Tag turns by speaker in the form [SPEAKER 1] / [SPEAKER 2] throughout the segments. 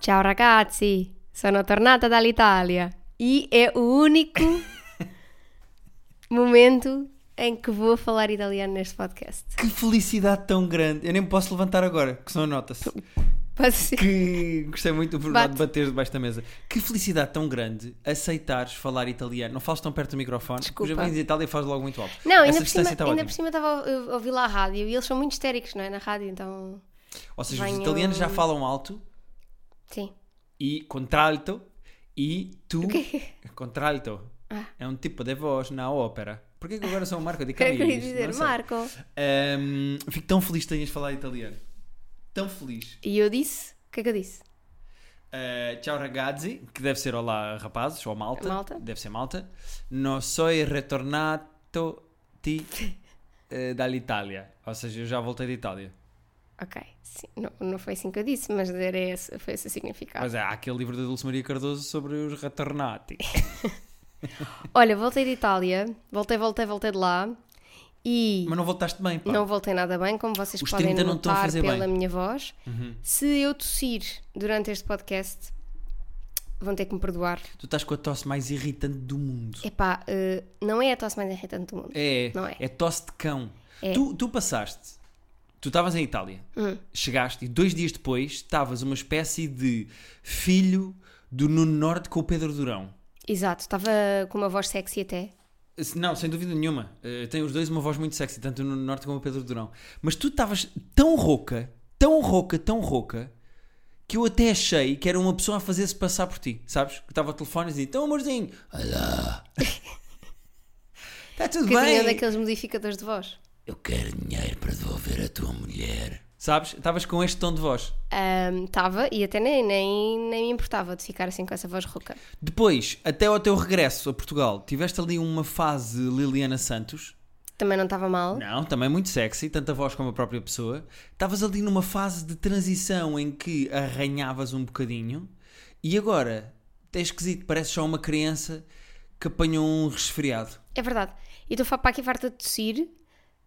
[SPEAKER 1] Ciao ragazzi, sono tornata dall'Italia e é o único momento em que vou falar italiano neste podcast.
[SPEAKER 2] Que felicidade tão grande. Eu nem me posso levantar agora, que senão nota-se.
[SPEAKER 1] Pode ser.
[SPEAKER 2] Que gostei muito do Bernardo
[SPEAKER 1] Bate.
[SPEAKER 2] de bater debaixo da mesa. Que felicidade tão grande aceitares falar italiano. Não falas tão perto do microfone.
[SPEAKER 1] Desculpa.
[SPEAKER 2] porque Já vens de Itália e faz logo muito alto.
[SPEAKER 1] Não,
[SPEAKER 2] Essa
[SPEAKER 1] ainda por, cima,
[SPEAKER 2] distância está
[SPEAKER 1] ainda
[SPEAKER 2] ótima.
[SPEAKER 1] por cima estava a- a ouvir lá a rádio e eles são muito histéricos, não é? Na rádio, então.
[SPEAKER 2] Ou seja,
[SPEAKER 1] venho-
[SPEAKER 2] os italianos já falam alto
[SPEAKER 1] Sim.
[SPEAKER 2] e contralto e tu.
[SPEAKER 1] O que é que-
[SPEAKER 2] Contralto.
[SPEAKER 1] Ah.
[SPEAKER 2] É um tipo de voz na ópera. Porquê que agora sou o Marco de
[SPEAKER 1] O que é que eu
[SPEAKER 2] Camillis?
[SPEAKER 1] queria dizer?
[SPEAKER 2] Não sei.
[SPEAKER 1] Marco.
[SPEAKER 2] Ahm, fico tão feliz que tenhas falado italiano. Tão feliz.
[SPEAKER 1] E eu disse? O que é que eu disse?
[SPEAKER 2] Eh, ciao ragazzi, que deve ser olá rapazes, ou malta.
[SPEAKER 1] Malta.
[SPEAKER 2] Deve ser malta. No soy retornato ti eh, dall'Italia. Ou seja, eu já voltei da Itália.
[SPEAKER 1] Ok. Sim. Não, não foi assim que eu disse, mas era esse, foi esse o significado.
[SPEAKER 2] Mas é, há aquele livro da Dulce Maria Cardoso sobre os retornati.
[SPEAKER 1] Olha, voltei de Itália. Voltei, voltei, voltei de lá. E.
[SPEAKER 2] Mas não voltaste bem, pá.
[SPEAKER 1] Não voltei nada bem, como vocês
[SPEAKER 2] Os
[SPEAKER 1] podem
[SPEAKER 2] 30 não estão a
[SPEAKER 1] notar
[SPEAKER 2] fazer
[SPEAKER 1] pela
[SPEAKER 2] bem.
[SPEAKER 1] minha voz.
[SPEAKER 2] Uhum.
[SPEAKER 1] Se eu tossir durante este podcast, vão ter que me perdoar.
[SPEAKER 2] Tu estás com a tosse mais irritante do mundo.
[SPEAKER 1] Epá, eh, não é a tosse mais irritante do mundo.
[SPEAKER 2] É,
[SPEAKER 1] Não é?
[SPEAKER 2] é tosse de cão.
[SPEAKER 1] É. Hum.
[SPEAKER 2] Tu, tu passaste, tu estavas em Itália, chegaste e dois dias depois estavas uma espécie de filho do Nuno Norte com o Pedro Durão.
[SPEAKER 1] Exato, estava com uma voz sexy até.
[SPEAKER 2] Se- Não, sem dúvida nenhuma. Eh, Têm os dois uma voz muito sexy, tanto o Nuno Norte como o Pedro Durão. Mas tu estavas tão rouca, tão rouca, tão rouca, que eu até achei que era uma pessoa a fazer-se passar por ti, sabes? Que estava ao telefone e dizia, então amorzinho, olá. Está tudo
[SPEAKER 1] Que eu tinha um
[SPEAKER 2] bem?
[SPEAKER 1] daqueles modificadores de voz.
[SPEAKER 2] Eu quero dinheiro para devolver a tua mulher. Sabes? Estavas com este tom de voz.
[SPEAKER 1] Ahm, Estava e até nem, nem, nem me importava de ficar assim com essa voz rouca.
[SPEAKER 2] Depois, até ao teu regresso a Portugal, tiveste ali uma fase Liliana Santos.
[SPEAKER 1] Também não estava mal.
[SPEAKER 2] Não, também é muito sexy, tanto a voz como a própria pessoa. Estavas ali numa fase de transição em que arranhavas um bocadinho e agora é esquisito, pareces só uma criança que apanhou um resfriado.
[SPEAKER 1] É verdade. E estou fa- para aqui farta de tossir,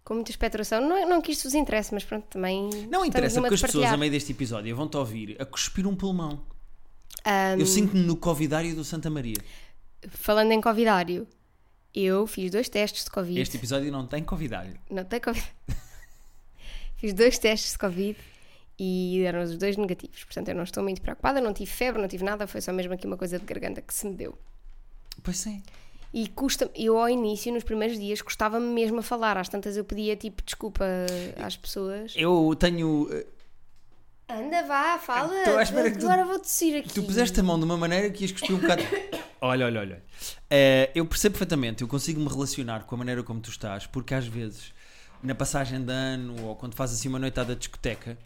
[SPEAKER 1] com muita expectoração. Não, não que isto vos interesse, mas pronto, também.
[SPEAKER 2] Não
[SPEAKER 1] estamos
[SPEAKER 2] interessa,
[SPEAKER 1] numa
[SPEAKER 2] porque as
[SPEAKER 1] de
[SPEAKER 2] pessoas
[SPEAKER 1] partilhar.
[SPEAKER 2] a meio deste episódio vão-te ouvir a cuspir um pulmão.
[SPEAKER 1] Ahm,
[SPEAKER 2] Eu sinto-me no Covidário do Santa Maria.
[SPEAKER 1] Falando em Covidário, eu fiz dois testes de Covid.
[SPEAKER 2] Este episódio não tem Covidário.
[SPEAKER 1] Não tem Covid. fiz dois testes de Covid e deram os dois negativos. Portanto, eu não estou muito preocupada, não tive febre, não tive nada, foi só mesmo aqui uma coisa de garganta que se me deu.
[SPEAKER 2] Pois sim.
[SPEAKER 1] E custa eu ao início, nos primeiros dias, custava-me mesmo a falar. Às tantas eu pedia tipo desculpa às pessoas.
[SPEAKER 2] Eu tenho. eh,
[SPEAKER 1] Anda, vá, fala.
[SPEAKER 2] Estou à espera que tu-
[SPEAKER 1] Agora vou tossir aqui.
[SPEAKER 2] Tu puseste a mão de uma maneira que ias cuspir um bocado. olha, olha, olha. Eh, eu percebo perfeitamente, eu consigo me relacionar com a maneira como tu estás, porque às vezes, na passagem de ano ou quando fazes assim uma noitada de discoteca,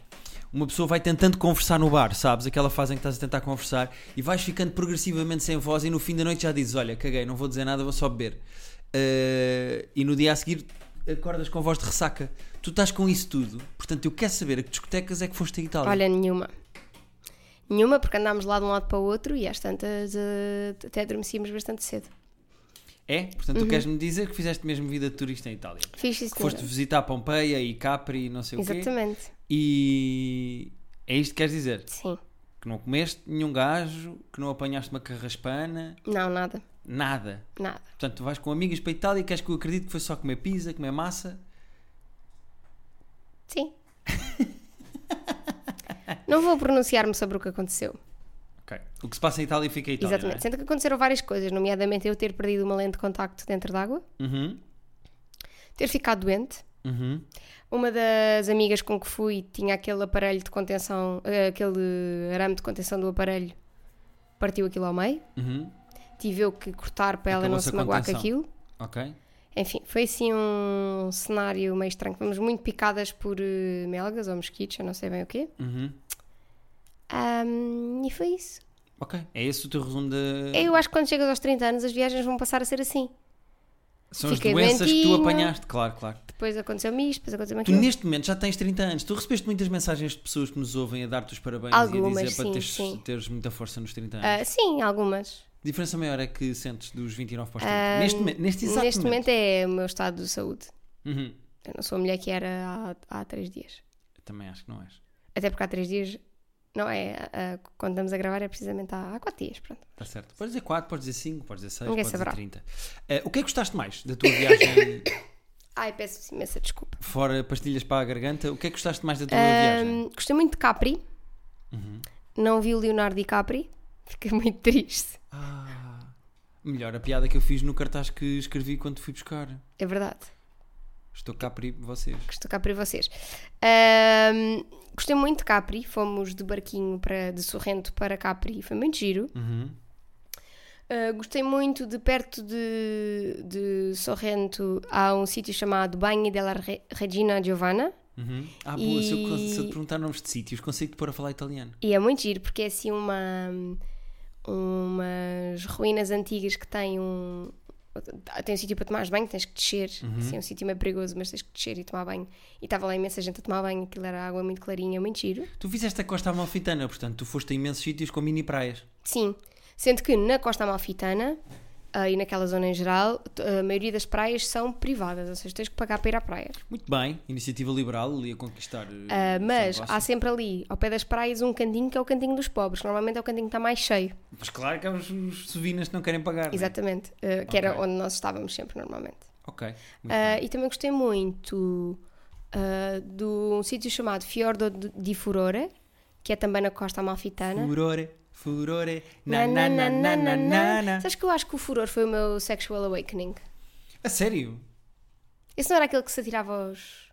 [SPEAKER 2] uma pessoa vai tentando conversar no bar, sabes? Aquela fase em que estás a tentar conversar e vais ficando progressivamente sem voz e no fim da noite já dizes: Olha, caguei, não vou dizer nada, vou só beber. Eh, e no dia a seguir acordas com voz de ressaca. Tu estás com isso tudo, portanto eu quero saber a que discotecas é que foste a Itália.
[SPEAKER 1] Olha, nenhuma. Nenhuma, porque andámos lá de um lado para o outro e às tantas eh, até adormecíamos bastante cedo.
[SPEAKER 2] É? Portanto,
[SPEAKER 1] Uhum.
[SPEAKER 2] tu queres-me dizer que fizeste mesmo vida de turista em Itália?
[SPEAKER 1] Fiz isso.
[SPEAKER 2] Que foste visitar Pompeia e Capri e não sei o quê.
[SPEAKER 1] Exatamente.
[SPEAKER 2] E é isto que queres dizer?
[SPEAKER 1] Sim.
[SPEAKER 2] Que não comeste nenhum gajo, que não apanhaste uma carraspana,
[SPEAKER 1] Não, nada.
[SPEAKER 2] nada.
[SPEAKER 1] Nada.
[SPEAKER 2] Portanto, tu vais com amigas para a Itália e queres que eu acredite que foi só comer pizza, comer massa.
[SPEAKER 1] Sim. não vou pronunciar-me sobre o que aconteceu.
[SPEAKER 2] Ok. O que se passa em Itália fica em Itália, é?
[SPEAKER 1] Exatamente. Sendo que aconteceram várias coisas, nomeadamente eu ter perdido uma lente de contacto dentro d'água,
[SPEAKER 2] não é? Uhum.
[SPEAKER 1] ter ficado doente.
[SPEAKER 2] Uhum.
[SPEAKER 1] Uma das amigas com que fui tinha aquele aparelho de contenção, eh, aquele arame de contenção do aparelho, partiu aquilo ao meio.
[SPEAKER 2] Uhum.
[SPEAKER 1] Tive eu que cortar para ela não
[SPEAKER 2] Acabou-se
[SPEAKER 1] se
[SPEAKER 2] a
[SPEAKER 1] magoar com
[SPEAKER 2] contenção.
[SPEAKER 1] aquilo.
[SPEAKER 2] Ok.
[SPEAKER 1] Enfim, foi assim um cenário meio estranho. Fomos muito picadas por eh, melgas ou mosquitos, eu não sei bem o quê.
[SPEAKER 2] Uhum.
[SPEAKER 1] Ahm, e foi isso.
[SPEAKER 2] Ok. É esse o teu resumo de.
[SPEAKER 1] Eu acho que quando chegas aos 30 anos as viagens vão passar a ser assim.
[SPEAKER 2] São as
[SPEAKER 1] fiquei
[SPEAKER 2] doenças que tu
[SPEAKER 1] doentinho.
[SPEAKER 2] apanhaste, claro, claro.
[SPEAKER 1] Depois aconteceu-me isto, depois aconteceu-me
[SPEAKER 2] Tu
[SPEAKER 1] aquilo.
[SPEAKER 2] neste momento já tens 30 anos. Tu recebeste muitas mensagens de pessoas que nos ouvem a dar-te os parabéns e a
[SPEAKER 1] Algumas,
[SPEAKER 2] dizer para
[SPEAKER 1] sim,
[SPEAKER 2] teres,
[SPEAKER 1] sim.
[SPEAKER 2] teres muita força nos 30 anos.
[SPEAKER 1] Ah, sim, algumas.
[SPEAKER 2] A diferença maior é que sentes dos 29 para os 30. neste, momento- neste exato
[SPEAKER 1] ah, Neste
[SPEAKER 2] momento.
[SPEAKER 1] momento é o meu estado de saúde.
[SPEAKER 2] Uhum.
[SPEAKER 1] Eu não sou a mulher que era há, há três dias.
[SPEAKER 2] Eu Também acho que não és.
[SPEAKER 1] Até porque há três dias Não é? ah, quando estamos a gravar é precisamente há, há quatro dias, pronto.
[SPEAKER 2] Está Tá certo. Podes dizer 4, podes dizer 5, podes dizer 6,
[SPEAKER 1] Ninguém
[SPEAKER 2] podes
[SPEAKER 1] saberá.
[SPEAKER 2] dizer 30. Eh, o que é que gostaste mais da tua viagem
[SPEAKER 1] Ai, peço imensa desculpa.
[SPEAKER 2] fora pastilhas para a garganta? O que é que gostaste mais da tua viagem?
[SPEAKER 1] Hum, gostei muito de Capri. Não vi o Leonardo DiCaprio. Fiquei muito triste.
[SPEAKER 2] Ah, melhor a piada que eu fiz no cartaz que escrevi quando fui buscar.
[SPEAKER 1] É verdade.
[SPEAKER 2] Estou cá para ir vocês.
[SPEAKER 1] Gostou Capri vocês. Hum, gostei muito de Capri. Fomos de barquinho para, de Sorrento para Capri. Foi muito giro.
[SPEAKER 2] Uhum.
[SPEAKER 1] Uh, gostei muito de perto de, de Sorrento há um sítio chamado Bagni della Re- Regina Giovanna
[SPEAKER 2] Uhum. Ah, boa, se, eu,
[SPEAKER 1] E-
[SPEAKER 2] se eu te perguntar nomes de sítios, consigo-te pôr a falar italiano.
[SPEAKER 1] e é muito giro porque é assim uma umas ruínas antigas que tem um tem um sítio para tomar banho, tens que descer assim, é um sítio meio perigoso, mas tens que descer e tomar banho e estava lá imensa gente a tomar banho aquilo era água muito clarinha, é muito giro
[SPEAKER 2] Tu fizeste a Costa Amalfitana, portanto, tu foste a imensos sítios com mini praias.
[SPEAKER 1] Sim, sendo que na Costa Amalfitana ah, e naquela zona em geral, t- ah, a maioria das praias são privadas, ou seja, tens que pagar para ir à praia.
[SPEAKER 2] Muito bem, iniciativa liberal ali a conquistar.
[SPEAKER 1] Ah,
[SPEAKER 2] eh,
[SPEAKER 1] mas
[SPEAKER 2] o seu
[SPEAKER 1] há
[SPEAKER 2] negócio.
[SPEAKER 1] sempre ali, ao pé das praias, um cantinho que é o cantinho dos pobres, que normalmente é o cantinho que está mais cheio.
[SPEAKER 2] Mas claro que há os, os sovinas que não querem pagar. não é?
[SPEAKER 1] Exatamente, ah, que era
[SPEAKER 2] Ok.
[SPEAKER 1] onde nós estávamos sempre normalmente.
[SPEAKER 2] Ok. Muito
[SPEAKER 1] Ah,
[SPEAKER 2] bem.
[SPEAKER 1] e também gostei muito ah, de um sítio chamado Fiordo di Furore, que é também na Costa Amalfitana.
[SPEAKER 2] Furore, furore, na na na na na na
[SPEAKER 1] Nananana.
[SPEAKER 2] na.
[SPEAKER 1] Sabes que eu acho que o furor foi o meu sexual awakening.
[SPEAKER 2] A sério?
[SPEAKER 1] Esse não era aquele que se atirava aos.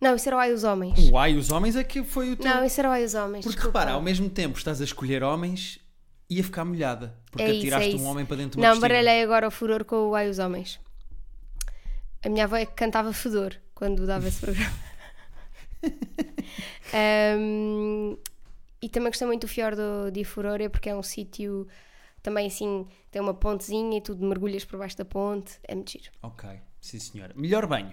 [SPEAKER 1] Não, isso era o Ai os Homens.
[SPEAKER 2] Uai, os homens é que foi o teu.
[SPEAKER 1] Não, isso era o Ai os Homens.
[SPEAKER 2] Porque
[SPEAKER 1] desculpa.
[SPEAKER 2] repara, ao mesmo tempo estás a escolher homens e a ficar molhada. Porque
[SPEAKER 1] É isso,
[SPEAKER 2] atiraste
[SPEAKER 1] é isso.
[SPEAKER 2] um homem para dentro de uma
[SPEAKER 1] Não,
[SPEAKER 2] piscina.
[SPEAKER 1] baralhei agora o furor com o Ai os Homens. A minha avó é que cantava Fedor quando dava esse programa. Ahm, e também gostei muito do Fiordo di Furore porque é um sítio também assim, tem uma pontezinha e tu mergulhas por baixo da ponte. É muito giro.
[SPEAKER 2] Ok, sim senhora. Melhor banho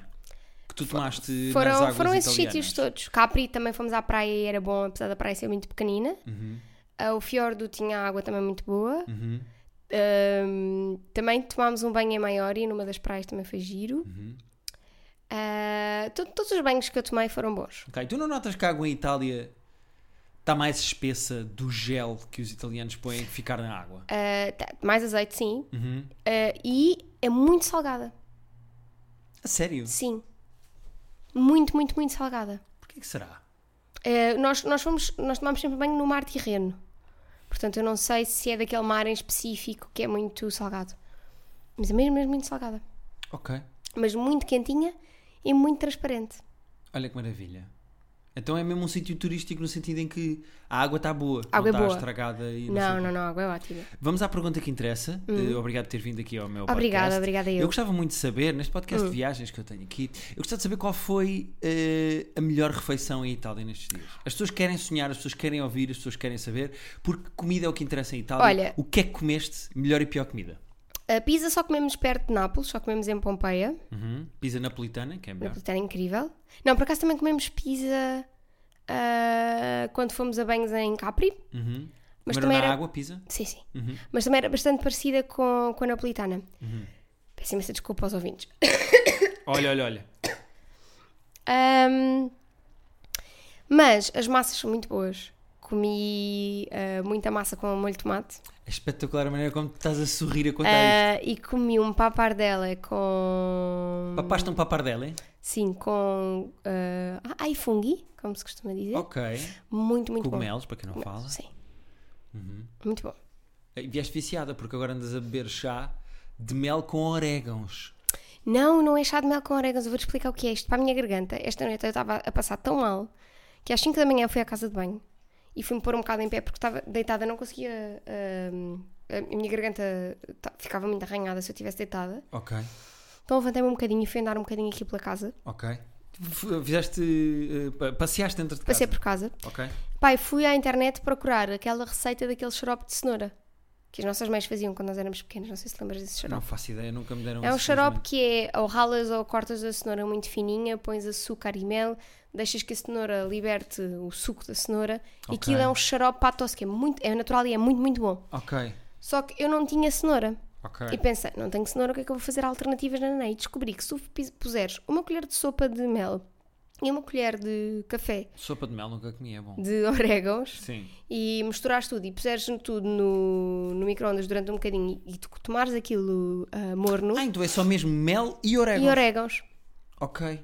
[SPEAKER 2] que tu tomaste nas
[SPEAKER 1] Foram,
[SPEAKER 2] águas
[SPEAKER 1] foram esses
[SPEAKER 2] italianas.
[SPEAKER 1] sítios todos. Capri também fomos à praia e era bom, apesar da praia ser muito pequenina. Ah, O fiordo tinha água também muito boa.
[SPEAKER 2] Uhum.
[SPEAKER 1] Ahm, também tomámos um banho em Maiori, numa das praias também foi giro.
[SPEAKER 2] Uhum.
[SPEAKER 1] Ah, to- todos os banhos que eu tomei foram bons.
[SPEAKER 2] Ok, tu não notas que a água em Itália está mais espessa do gel que os italianos põem que ficar na água?
[SPEAKER 1] Ah, tá- mais azeite, sim.
[SPEAKER 2] Uhum.
[SPEAKER 1] Ah, e é muito salgada.
[SPEAKER 2] A sério?
[SPEAKER 1] Sim. Muito, muito, muito salgada.
[SPEAKER 2] Porquê que será?
[SPEAKER 1] Eh, nós, nós, fomos, nós tomamos sempre banho no mar terreno. Portanto, eu não sei se é daquele mar em específico que é muito salgado. Mas é mesmo, mesmo muito salgada.
[SPEAKER 2] Ok.
[SPEAKER 1] Mas muito quentinha e muito transparente.
[SPEAKER 2] Olha que maravilha. Então é mesmo um sítio turístico no sentido em que a água está boa,
[SPEAKER 1] A água é
[SPEAKER 2] não está
[SPEAKER 1] boa.
[SPEAKER 2] estragada e não, sei o
[SPEAKER 1] Não,
[SPEAKER 2] quê.
[SPEAKER 1] não, não, a água é ótima.
[SPEAKER 2] Vamos à pergunta que interessa. Eh, obrigado por ter vindo aqui ao meu
[SPEAKER 1] Hum. Obrigada,
[SPEAKER 2] podcast.
[SPEAKER 1] obrigada eu. Hum.
[SPEAKER 2] Eu gostava muito de saber, neste podcast de viagens que eu tenho aqui, eu gostava de saber qual foi eh, a melhor refeição em Itália nestes dias. As pessoas querem sonhar, as pessoas querem ouvir, as pessoas querem saber, porque comida é o que interessa em Itália.
[SPEAKER 1] Olha-
[SPEAKER 2] O que é que comeste? Melhor e pior comida.
[SPEAKER 1] A pizza só comemos perto de Nápoles, só comemos em Pompeia.
[SPEAKER 2] Uhum. Pizza napolitana, que é melhor.
[SPEAKER 1] Napolitana é incrível. Não, por acaso também comemos pizza ah, quando fomos a banhos em Capri.
[SPEAKER 2] Uhum.
[SPEAKER 1] Mas
[SPEAKER 2] Mas
[SPEAKER 1] também
[SPEAKER 2] na
[SPEAKER 1] era-
[SPEAKER 2] água, pizza?
[SPEAKER 1] Sim, sim.
[SPEAKER 2] Uhum.
[SPEAKER 1] Mas também era bastante parecida com, com a napolitana. Peço imensa desculpa aos ouvintes.
[SPEAKER 2] Olha, olha, olha.
[SPEAKER 1] Ahm, mas as massas são muito boas. Comi ah, muita massa com molho de tomate
[SPEAKER 2] É espetacular a maneira como tu estás a sorrir a contar isto.
[SPEAKER 1] Ah, e comi um papardela com.
[SPEAKER 2] Papaste um papardela, hein?
[SPEAKER 1] Sim, com. ah, ai, fungi, como se costuma dizer.
[SPEAKER 2] Ok.
[SPEAKER 1] Muito, muito
[SPEAKER 2] Cogumelos, para quem não
[SPEAKER 1] bom.
[SPEAKER 2] Oh, fala.
[SPEAKER 1] Sim. Muito bom.
[SPEAKER 2] É, E Vieste viciada, porque agora andas a beber chá de mel com orégãos.
[SPEAKER 1] Não, não é chá de mel com orégãos, eu vou-te explicar o que é isto. Para a minha garganta, esta noite eu estava a passar tão mal que às 5 da manhã fui à casa de banho e fui-me pôr um bocado em pé porque estava deitada, não conseguia. ahm, a minha garganta ta- ficava muito arranhada se eu estivesse deitada.
[SPEAKER 2] Ok,
[SPEAKER 1] Então levantei-me um bocadinho e fui andar um bocadinho aqui pela casa.
[SPEAKER 2] ok. F- Fizeste. eh, pa- passeaste dentro de casa.
[SPEAKER 1] Passei por casa.
[SPEAKER 2] Ok.
[SPEAKER 1] Pai, fui à internet procurar aquela receita daquele xarope de cenoura que as nossas mães faziam quando nós éramos pequenos. Não sei se te lembras desse xarope.
[SPEAKER 2] Não faço ideia, nunca me deram
[SPEAKER 1] É um
[SPEAKER 2] esse
[SPEAKER 1] xarope
[SPEAKER 2] nome.
[SPEAKER 1] que é ou ralas ou cortas a cenoura muito fininha, pões açúcar e mel, deixas que a cenoura liberte o suco da cenoura e
[SPEAKER 2] Ok.
[SPEAKER 1] aquilo é um xarope para a tosse, que é, muito, é natural e é muito, muito bom.
[SPEAKER 2] Ok,
[SPEAKER 1] Só que eu não tinha cenoura.
[SPEAKER 2] ok.
[SPEAKER 1] E pensei, não tenho cenoura, o que é que eu vou fazer alternativas na nanã? E descobri que se tu pis- puseres uma colher de sopa de mel e uma colher de café
[SPEAKER 2] Sopa de mel nunca comi, é bom.
[SPEAKER 1] de orégãos
[SPEAKER 2] Sim.
[SPEAKER 1] e misturares tudo e puseres tudo no, no micro-ondas durante um bocadinho e tu tomares aquilo ah, morno
[SPEAKER 2] Ah, então é só mesmo mel e
[SPEAKER 1] e
[SPEAKER 2] orégano.
[SPEAKER 1] orégãos.
[SPEAKER 2] Ok.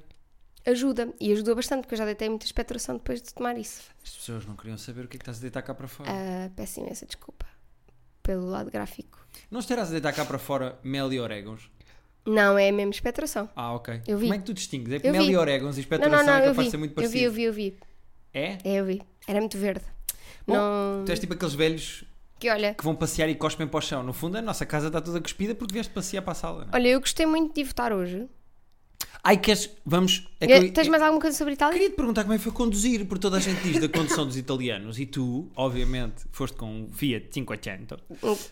[SPEAKER 1] Ajuda. E ajudou bastante, porque eu já deitei muita expectoração depois de tomar isso.
[SPEAKER 2] As pessoas não queriam saber o que é que estás a deitar cá para fora.
[SPEAKER 1] Ah, peço imensa desculpa pelo lado gráfico.
[SPEAKER 2] Não estarás a deitar cá para fora mel e orégãos?
[SPEAKER 1] Não é mesmo espectração.
[SPEAKER 2] Ah, ok.
[SPEAKER 1] Eu vi.
[SPEAKER 2] Como é que tu distingues? É que
[SPEAKER 1] Eu
[SPEAKER 2] mel
[SPEAKER 1] vi.
[SPEAKER 2] e orégãos e
[SPEAKER 1] Não, não,
[SPEAKER 2] espectração
[SPEAKER 1] não,
[SPEAKER 2] é
[SPEAKER 1] eu
[SPEAKER 2] capaz
[SPEAKER 1] vi.
[SPEAKER 2] de ser muito
[SPEAKER 1] eu vi,
[SPEAKER 2] parecido.
[SPEAKER 1] eu vi, eu vi.
[SPEAKER 2] É?
[SPEAKER 1] É, eu vi. Era muito verde.
[SPEAKER 2] Bom,
[SPEAKER 1] não.
[SPEAKER 2] Tu és tipo aqueles velhos
[SPEAKER 1] Que olha,
[SPEAKER 2] que vão passear e cospem para o chão. No fundo, a nossa casa está toda cuspida porque vieste passear para a sala. Não? é?
[SPEAKER 1] olha, eu gostei muito de votar hoje.
[SPEAKER 2] Ai, queres. Vamos. é que
[SPEAKER 1] Eu-
[SPEAKER 2] eu-
[SPEAKER 1] eh, Tens
[SPEAKER 2] eu-
[SPEAKER 1] mais alguma coisa sobre Itália?
[SPEAKER 2] Queria te perguntar como é que foi conduzir, porque toda a gente diz da condução dos italianos e tu, obviamente, foste com um Fiat 500.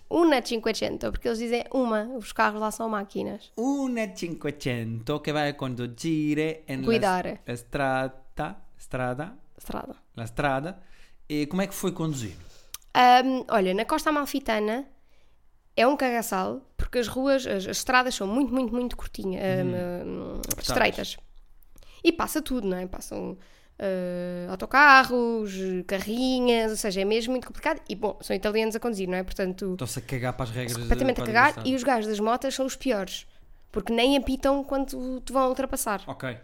[SPEAKER 1] Una 500, um porque eles dizem uma, os carros lá são máquinas.
[SPEAKER 2] Una 500 que vai conduzir em
[SPEAKER 1] Guidare.
[SPEAKER 2] La, strada, strada,
[SPEAKER 1] Estrada.
[SPEAKER 2] la strada. E como é que foi conduzir?
[SPEAKER 1] Ahm, olha, na Costa Amalfitana é um cagaçal, porque as ruas, as, as estradas são muito, muito, muito curtinhas, ahm, estreitas. E passa tudo, não é? Passam ah, autocarros, carrinhas, ou seja, é mesmo muito complicado. E bom, são italianos a conduzir, não é? Portanto,
[SPEAKER 2] Estão-se a cagar para as regras
[SPEAKER 1] completamente a
[SPEAKER 2] para
[SPEAKER 1] cagar.
[SPEAKER 2] estrada.
[SPEAKER 1] E os gajos das motas são os piores, porque nem apitam quando te vão ultrapassar.
[SPEAKER 2] Ok.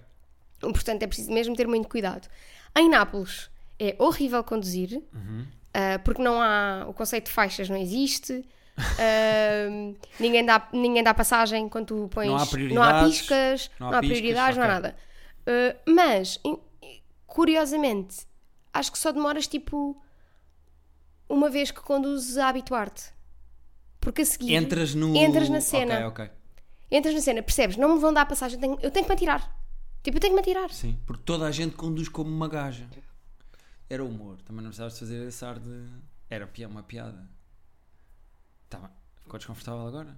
[SPEAKER 1] Portanto, é preciso mesmo ter muito cuidado. Em Nápoles é horrível conduzir,
[SPEAKER 2] Uhum.
[SPEAKER 1] ah, porque não há. O conceito de faixas não existe. ah, ninguém, dá, ninguém dá passagem quando tu pões.
[SPEAKER 2] Não há
[SPEAKER 1] Não há
[SPEAKER 2] prioridades,
[SPEAKER 1] piscas,
[SPEAKER 2] não
[SPEAKER 1] não
[SPEAKER 2] há
[SPEAKER 1] há,
[SPEAKER 2] piscas,
[SPEAKER 1] prioridades, não há
[SPEAKER 2] ok.
[SPEAKER 1] nada. Ah, mas, in- curiosamente, acho que só demoras tipo. Uma vez que conduzes a habituar-te. Porque a seguir.
[SPEAKER 2] Entras no.
[SPEAKER 1] Entras na cena.
[SPEAKER 2] Ok, ok.
[SPEAKER 1] Entras na cena, percebes? Não me vão dar passagem, eu tenho, eu tenho que me atirar. Tipo, eu tenho que me atirar.
[SPEAKER 2] Sim. Porque toda a gente conduz como uma gaja. Era humor. Também não precisavas de fazer esse ar de. Era pi- uma piada. Tá bem. Ficou desconfortável agora?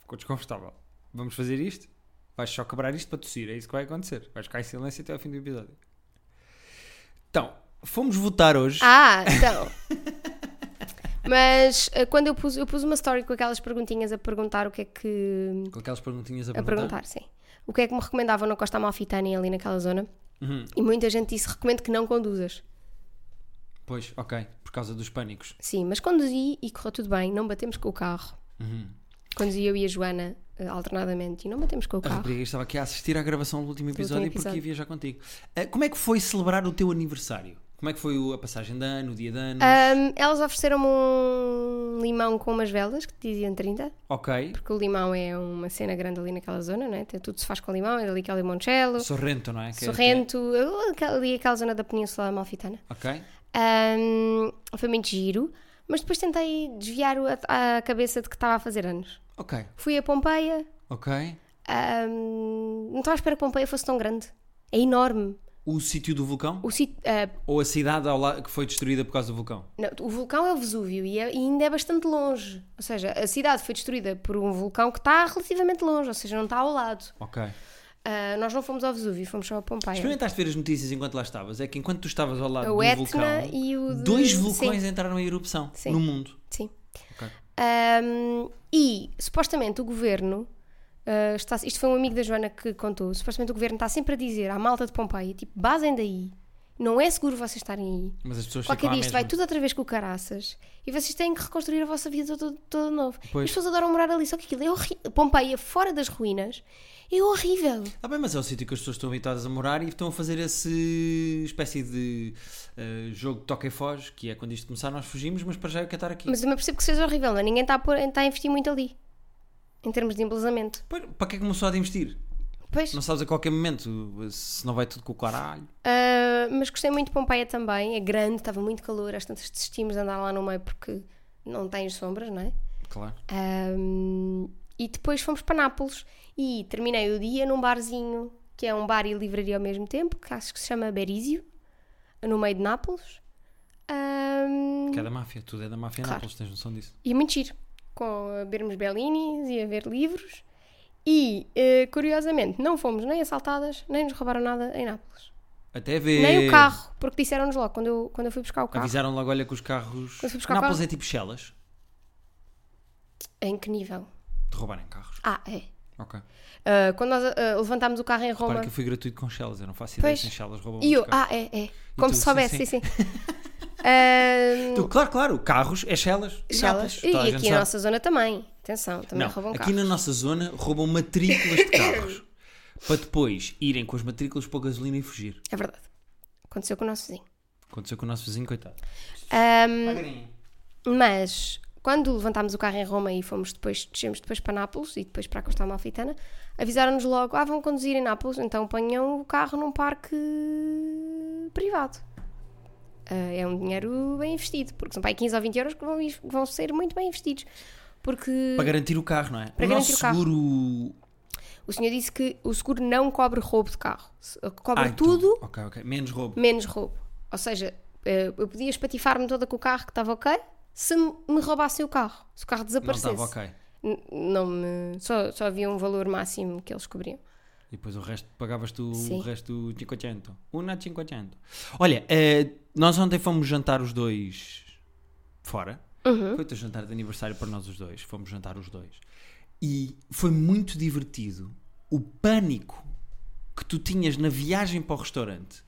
[SPEAKER 2] Ficou desconfortável. Vamos fazer isto? Vais só quebrar isto para tossir. É isso que vai acontecer. Vais ficar em silêncio até ao fim do episódio. Então, fomos votar hoje.
[SPEAKER 1] Ah, então. Mas eh, quando eu pus, eu pus uma story com aquelas perguntinhas a perguntar o que é que.
[SPEAKER 2] Com aquelas perguntinhas a
[SPEAKER 1] A
[SPEAKER 2] perguntar.
[SPEAKER 1] perguntar, sim. O que é que me recomendavam na Costa Amalfitana e ali naquela zona?
[SPEAKER 2] Uhum.
[SPEAKER 1] E muita gente disse: recomendo que não conduzas.
[SPEAKER 2] Pois, ok. Por causa dos pânicos.
[SPEAKER 1] Sim, mas conduzi e correu tudo bem, não batemos com o carro.
[SPEAKER 2] Uhum.
[SPEAKER 1] Conduzi eu e a Joana eh, alternadamente e não batemos com o
[SPEAKER 2] A
[SPEAKER 1] carro.
[SPEAKER 2] Rodrigues estava aqui a assistir à gravação do último episódio,
[SPEAKER 1] último
[SPEAKER 2] porque
[SPEAKER 1] episódio.
[SPEAKER 2] ia viajar contigo. Ah, como é que foi celebrar o teu aniversário? Como é que foi o- a passagem de ano, o dia de ano?
[SPEAKER 1] Ahm, elas ofereceram-me um limão com umas velas que diziam 30,
[SPEAKER 2] ok.
[SPEAKER 1] porque o limão é uma cena grande ali naquela zona, não é? Tem- Tudo se faz com limão, é ali que é o limoncello.
[SPEAKER 2] Sorrento, não é? Que-
[SPEAKER 1] Sorrento, eu- aquela- ali aquela zona da Península Amalfitana.
[SPEAKER 2] que- é. ok.
[SPEAKER 1] Ahm, foi muito giro, mas depois tentei desviar o- a, a cabeça de que estava a fazer anos.
[SPEAKER 2] Ok.
[SPEAKER 1] Fui a Pompeia,
[SPEAKER 2] Ok.
[SPEAKER 1] ahm, não estava à espera que Pompeia fosse tão grande. É enorme.
[SPEAKER 2] O sítio do vulcão?
[SPEAKER 1] O, sítio- ah,
[SPEAKER 2] Ou a cidade ao lado que foi destruída por causa do vulcão?
[SPEAKER 1] não, o vulcão é o Vesúvio e, é- e ainda é bastante longe. Ou seja, a cidade foi destruída por um vulcão que está relativamente longe, ou seja, não está ao lado.
[SPEAKER 2] Ok.
[SPEAKER 1] Ah, nós não fomos ao Vesúvio, fomos só a Pompeia.
[SPEAKER 2] Experimentaste ver as notícias enquanto lá estavas. É que enquanto tu estavas ao lado
[SPEAKER 1] O
[SPEAKER 2] do
[SPEAKER 1] Etna
[SPEAKER 2] vulcão,
[SPEAKER 1] e o. de-
[SPEAKER 2] dois
[SPEAKER 1] sim,
[SPEAKER 2] vulcões entraram em erupção
[SPEAKER 1] Sim.
[SPEAKER 2] no mundo.
[SPEAKER 1] sim.
[SPEAKER 2] Ok.
[SPEAKER 1] Um, e supostamente o governo uh, está, isto foi um amigo da Joana que contou. Supostamente o governo está sempre a dizer à malta de Pompeia: tipo, basem daí, não é seguro vocês estarem aí.
[SPEAKER 2] Mas as pessoas
[SPEAKER 1] Qualquer
[SPEAKER 2] ficam
[SPEAKER 1] dia
[SPEAKER 2] à
[SPEAKER 1] isto
[SPEAKER 2] mesma.
[SPEAKER 1] vai tudo outra vez com o caraças e vocês têm que reconstruir a vossa vida toda, toda de novo. E
[SPEAKER 2] Pois.
[SPEAKER 1] as pessoas adoram morar ali, só que aquilo é horrível. Pompeia, fora das ruínas, é horrível.
[SPEAKER 2] Ah, bem, mas é o sítio que as pessoas estão habituadas a morar e estão a fazer esse espécie de eh, jogo de toca e foge, que é quando isto começar nós fugimos, mas para já eu quero estar aqui.
[SPEAKER 1] Mas eu me percebo que seja horrível, não é? Ninguém está a, pôr- está a investir muito ali, em termos de embelezamento.
[SPEAKER 2] Pois, Para que é que começou a investir?
[SPEAKER 1] Pois.
[SPEAKER 2] Não sabes a qualquer momento se não vai tudo com o caralho.
[SPEAKER 1] Uh, mas gostei muito de Pompeia também, é grande, estava muito calor, às tantas desistimos de andar lá no meio porque não tens sombras, não é?
[SPEAKER 2] Claro.
[SPEAKER 1] Um, e depois fomos para Nápoles e terminei o dia num barzinho, que é um bar e livraria ao mesmo tempo, que acho que se chama Berizio, no meio de Nápoles. Um,
[SPEAKER 2] Que é da máfia, tudo é da máfia em
[SPEAKER 1] Claro.
[SPEAKER 2] Nápoles, tens noção disso.
[SPEAKER 1] e é muito giro, com a bebermos Bellinis e a ver livros. E, uh, curiosamente, não fomos nem assaltadas, nem nos roubaram nada em Nápoles.
[SPEAKER 2] Até ver.
[SPEAKER 1] Nem o carro, porque disseram-nos logo quando eu, quando eu fui buscar o carro.
[SPEAKER 2] Avisaram logo, olha, que os carros.
[SPEAKER 1] Mas fui buscar o
[SPEAKER 2] Nápoles é tipo Chelas,
[SPEAKER 1] Em que nível?
[SPEAKER 2] de roubarem carros.
[SPEAKER 1] Ah, é.
[SPEAKER 2] Ok.
[SPEAKER 1] Ah, quando nós ah, levantámos o carro em Roma.
[SPEAKER 2] Claro que eu fui gratuito com Shellas, eu não faço ideia
[SPEAKER 1] Pois.
[SPEAKER 2] se em Shellas roubam
[SPEAKER 1] E eu,
[SPEAKER 2] muitos carros.
[SPEAKER 1] ah, é, é. Como
[SPEAKER 2] tu,
[SPEAKER 1] se
[SPEAKER 2] sim,
[SPEAKER 1] soubesse,
[SPEAKER 2] sim.
[SPEAKER 1] sim, sim. Ah,
[SPEAKER 2] Tu, claro, claro, carros é Shellas. e
[SPEAKER 1] Chelas.
[SPEAKER 2] latas.
[SPEAKER 1] E,
[SPEAKER 2] Toda a
[SPEAKER 1] aqui
[SPEAKER 2] gente
[SPEAKER 1] é
[SPEAKER 2] sabe.
[SPEAKER 1] na nossa zona também. Atenção, também
[SPEAKER 2] Não,
[SPEAKER 1] roubam
[SPEAKER 2] aqui
[SPEAKER 1] carros.
[SPEAKER 2] na nossa zona roubam matrículas de carros para depois irem com as matrículas para a gasolina e fugir.
[SPEAKER 1] É verdade. Aconteceu com o nosso vizinho.
[SPEAKER 2] Aconteceu com o nosso vizinho, coitado.
[SPEAKER 1] Ahm, mas quando levantámos o carro em Roma e fomos depois, descemos depois para Nápoles e depois para a Costa Amalfitana, avisaram-nos logo, ah, vão conduzir em Nápoles, então ponham o carro num parque privado. Ah, é um dinheiro bem investido, porque são para aí 15 ou 20 euros que vão, que vão ser muito bem investidos. Porque
[SPEAKER 2] Para garantir o carro, não é?
[SPEAKER 1] Para
[SPEAKER 2] o
[SPEAKER 1] garantir
[SPEAKER 2] nosso
[SPEAKER 1] o carro.
[SPEAKER 2] seguro.
[SPEAKER 1] o senhor disse que o seguro não cobre roubo de carro. Se- eh, Cobre
[SPEAKER 2] Ah, então,
[SPEAKER 1] tudo
[SPEAKER 2] Ok, ok. Menos roubo.
[SPEAKER 1] menos roubo. Ou seja, eh, eu podia espatifar-me toda com o carro que estava ok se me me roubassem o carro, se o carro
[SPEAKER 2] Não
[SPEAKER 1] desaparecesse.
[SPEAKER 2] estava ok.
[SPEAKER 1] N- não me- só, só havia um valor máximo que eles cobriam.
[SPEAKER 2] E depois o resto, pagavas tu
[SPEAKER 1] Sim.
[SPEAKER 2] o resto 500. Una 500. Olha, eh, nós ontem fomos jantar os dois fora.
[SPEAKER 1] Uhum.
[SPEAKER 2] Foi o teu jantar de aniversário para nós os dois. Fomos jantar os dois. E foi muito divertido o pânico que tu tinhas na viagem para o restaurante.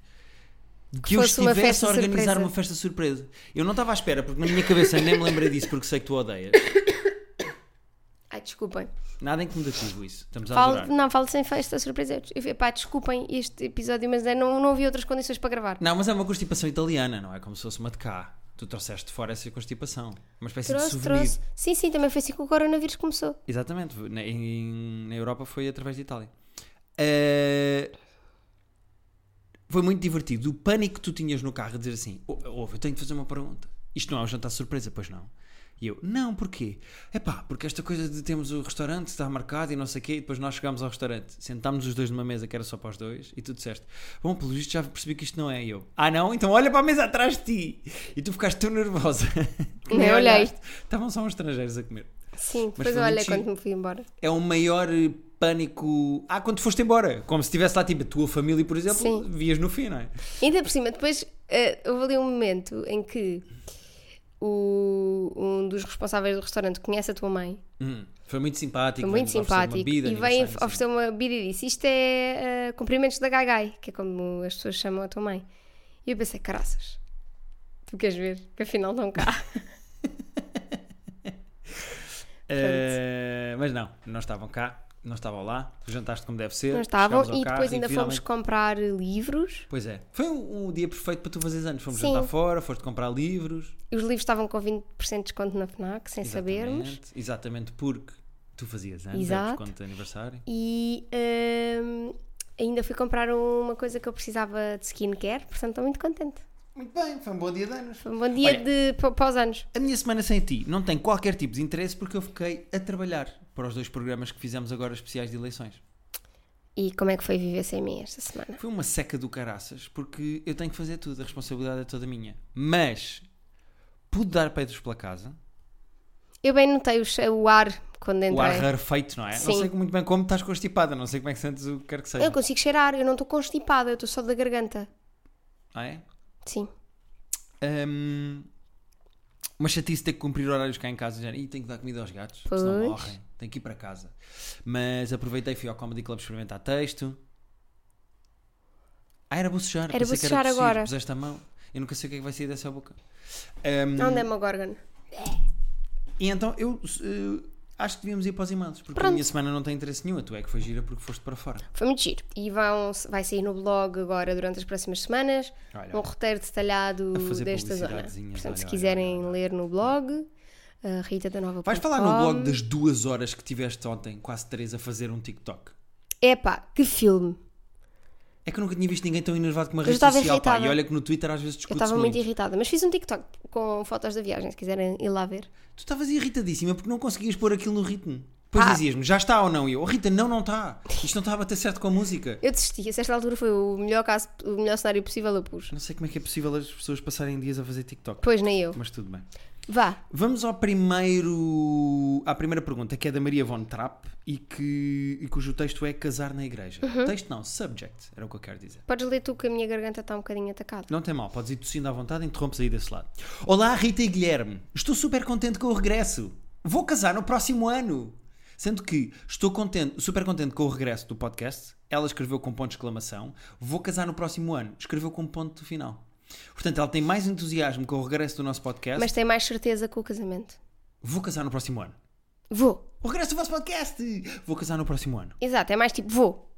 [SPEAKER 2] De que eu
[SPEAKER 1] fosse uma
[SPEAKER 2] estivesse
[SPEAKER 1] festa
[SPEAKER 2] a organizar
[SPEAKER 1] surpresa.
[SPEAKER 2] uma festa surpresa. Eu não estava à espera, porque na minha cabeça nem me lembrei disso, porque sei que tu odeias.
[SPEAKER 1] Ai, desculpem.
[SPEAKER 2] Nada incomodativo isso. Estamos a adorar.
[SPEAKER 1] Falo, não, falo sem festa surpresa. Eu- eu- Pá, desculpem este episódio, mas eu não, não havia outras condições para gravar.
[SPEAKER 2] Não, mas é uma constipação italiana, não é como se fosse uma de cá. Tu trouxeste de fora essa constipação. Uma espécie de
[SPEAKER 1] Trouxe,
[SPEAKER 2] é souvenir.
[SPEAKER 1] trouxe. Sim, sim, também foi assim que o coronavírus começou.
[SPEAKER 2] Exatamente. Na, em- na Europa foi através de Itália. Eh, Foi muito divertido. O pânico que tu tinhas no carro a dizer assim: "Oh, ouve, eu tenho de fazer uma pergunta. Isto não é um jantar de surpresa, pois não? E eu, não, porquê? É pá, porque esta coisa de temos o restaurante, está marcado e não sei o quê, e depois nós chegámos ao restaurante, sentámos os dois numa mesa que era só para os dois, e tu disseste, bom, pelo visto já percebi que isto não é. E eu, ah não? Então olha para a mesa atrás de ti! E tu ficaste tão nervosa. que
[SPEAKER 1] Nem olhei.
[SPEAKER 2] olhaste. Estavam só uns estrangeiros a comer.
[SPEAKER 1] Sim, depois
[SPEAKER 2] foi
[SPEAKER 1] olha
[SPEAKER 2] muito giro.
[SPEAKER 1] quando me fui embora.
[SPEAKER 2] É o maior eh, pânico. Ah, quando foste embora. Como se estivesse lá, tipo, a tua família, por exemplo,
[SPEAKER 1] Sim.
[SPEAKER 2] vias no fim, não é?
[SPEAKER 1] Ainda por cima, depois eh, houve ali um momento em que o, um dos responsáveis do restaurante conhece a tua mãe,
[SPEAKER 2] Hum, foi muito simpático.
[SPEAKER 1] foi muito
[SPEAKER 2] veio-nos oferecer uma
[SPEAKER 1] simpático,
[SPEAKER 2] bebida,
[SPEAKER 1] e vem
[SPEAKER 2] aniversário,
[SPEAKER 1] oferecer uma bebida e disse: Isto é eh, cumprimentos da Gagai, que é como as pessoas chamam a tua mãe. E eu pensei: Caraças, tu queres ver que afinal não cá.
[SPEAKER 2] assim. Eh, mas não, não estavam cá, não estavam lá. Tu jantaste como deve ser.
[SPEAKER 1] não estavam,
[SPEAKER 2] chegámos ao
[SPEAKER 1] e
[SPEAKER 2] carro
[SPEAKER 1] depois ainda
[SPEAKER 2] finalmente-
[SPEAKER 1] fomos comprar livros.
[SPEAKER 2] Pois é, foi um, um dia perfeito para tu fazeres anos. Fomos
[SPEAKER 1] Sim.
[SPEAKER 2] jantar fora, foste comprar livros.
[SPEAKER 1] Os livros estavam com 20% de desconto na Fnac, sem sabermos.
[SPEAKER 2] Exatamente, exatamente porque tu fazias anos,
[SPEAKER 1] Exato.
[SPEAKER 2] é quanto aniversário.
[SPEAKER 1] E hum, ainda fui comprar uma coisa que eu precisava de skincare, portanto estou muito contente.
[SPEAKER 2] Muito bem, foi um bom dia de anos.
[SPEAKER 1] Foi um bom dia
[SPEAKER 2] Olha.
[SPEAKER 1] de, pa- para os anos.
[SPEAKER 2] A minha semana sem ti não tem qualquer tipo de interesse porque eu fiquei a trabalhar para os dois programas que fizemos agora especiais de eleições.
[SPEAKER 1] E como é que foi viver sem mim esta semana?
[SPEAKER 2] Foi uma seca do caraças porque eu tenho que fazer tudo, a responsabilidade é toda minha. Mas pude dar peitos pela casa,
[SPEAKER 1] Eu bem notei o, che- o ar quando
[SPEAKER 2] o ar
[SPEAKER 1] entrei.
[SPEAKER 2] rarefeito, não é? Não
[SPEAKER 1] Sim.
[SPEAKER 2] sei muito bem como estás constipada, não sei como é que sentes o que quer que seja.
[SPEAKER 1] Eu consigo cheirar, eu não estou constipada, eu estou só da garganta.
[SPEAKER 2] Ah, é?
[SPEAKER 1] Sim.
[SPEAKER 2] Hum, uma chatice ter que cumprir horários cá em casa. Já, e tenho que dar comida aos gatos, senão
[SPEAKER 1] Pois.
[SPEAKER 2] morrem. Tenho que ir para casa. Mas aproveitei, fui ao Comedy Club experimentar texto. Ah, era bocejar.
[SPEAKER 1] Era
[SPEAKER 2] pensei que
[SPEAKER 1] bocejar
[SPEAKER 2] tossir.
[SPEAKER 1] agora.
[SPEAKER 2] Puseste a mão. Eu nunca sei o que é que vai sair dessa boca. Hum,
[SPEAKER 1] Onde é uma gorgon?
[SPEAKER 2] e então eu eh, acho que devíamos ir para os imãs, porque a
[SPEAKER 1] Pronto.
[SPEAKER 2] minha semana não tem interesse nenhum. Tu é que foi gira porque foste para fora.
[SPEAKER 1] Foi muito giro. E vão, vai sair no blog agora durante as próximas semanas
[SPEAKER 2] Olha,
[SPEAKER 1] um roteiro detalhado
[SPEAKER 2] A fazer
[SPEAKER 1] desta zona.
[SPEAKER 2] publicidadezinhas,
[SPEAKER 1] Portanto,
[SPEAKER 2] olha,
[SPEAKER 1] se
[SPEAKER 2] olha,
[SPEAKER 1] quiserem
[SPEAKER 2] olha, olha.
[SPEAKER 1] ler no blog, uh, Rita da Nova.
[SPEAKER 2] Vais falar no blog das duas horas que tiveste ontem, quase três, a fazer um TikTok.
[SPEAKER 1] Epá, que filme!
[SPEAKER 2] É que eu nunca tinha visto ninguém tão enervado com uma
[SPEAKER 1] Eu
[SPEAKER 2] rede
[SPEAKER 1] estava
[SPEAKER 2] social, pá.
[SPEAKER 1] irritada.
[SPEAKER 2] E olha que no Twitter às vezes
[SPEAKER 1] Eu
[SPEAKER 2] discutes
[SPEAKER 1] estava
[SPEAKER 2] muito.
[SPEAKER 1] muito irritada, mas fiz um TikTok com fotos da viagem, se quiserem ir lá ver.
[SPEAKER 2] Tu estavas irritadíssima porque não conseguias pôr aquilo no ritmo. Depois
[SPEAKER 1] Ah.
[SPEAKER 2] dizias-me, já está ou não? E eu, oh, Rita, não, não está. Isto não está a bater certo com a música.
[SPEAKER 1] Eu desisti, a certa altura foi o melhor caso, o melhor cenário possível eu pus.
[SPEAKER 2] Não sei como é que é possível as pessoas passarem dias a fazer TikTok.
[SPEAKER 1] Pois nem eu.
[SPEAKER 2] Mas tudo bem.
[SPEAKER 1] Vá,
[SPEAKER 2] Vamos ao primeiro... À primeira pergunta, que é da Maria Von Trapp e, que... e cujo texto é Casar na Igreja.
[SPEAKER 1] Uhum.
[SPEAKER 2] Texto não, subject, era o que eu quero dizer.
[SPEAKER 1] podes ler tu que a minha garganta está um bocadinho atacada.
[SPEAKER 2] Não tem mal, podes ir tossindo à vontade, interrompes aí desse lado. Olá, Rita e Guilherme. Estou super contente com o regresso. Vou casar no próximo ano. Sendo que estou contente, super contente com o regresso do podcast. Ela escreveu com um ponto de exclamação. Vou casar no próximo ano. Escreveu com um ponto final. Portanto, ela tem mais entusiasmo com o regresso do nosso podcast.
[SPEAKER 1] Mas tem mais certeza com o casamento.
[SPEAKER 2] Vou casar no próximo ano.
[SPEAKER 1] Vou.
[SPEAKER 2] O regresso do vosso podcast! Vou casar no próximo ano.
[SPEAKER 1] Exato, é mais tipo vou.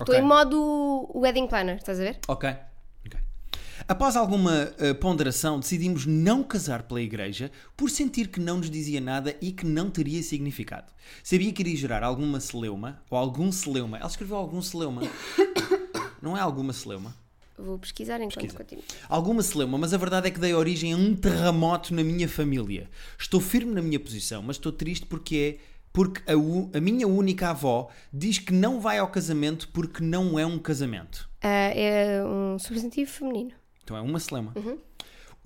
[SPEAKER 1] Estou
[SPEAKER 2] Ok.
[SPEAKER 1] em modo wedding planner, estás a ver?
[SPEAKER 2] Ok. Ok. Após alguma eh, ponderação, decidimos não casar pela igreja por sentir que não nos dizia nada e que não teria significado. Sabia que iria gerar alguma celeuma ou algum celeuma. Ela escreveu algum celeuma. não é alguma celeuma.
[SPEAKER 1] Vou pesquisar enquanto continuo.
[SPEAKER 2] Alguma celeuma, mas a verdade é que dei origem a um terremoto na minha família. Estou firme na minha posição, mas estou triste porque é porque a, u- a minha única avó diz que não vai ao casamento porque não é um casamento.
[SPEAKER 1] Ah, é um substantivo feminino.
[SPEAKER 2] Então é uma celeuma.
[SPEAKER 1] Uhum.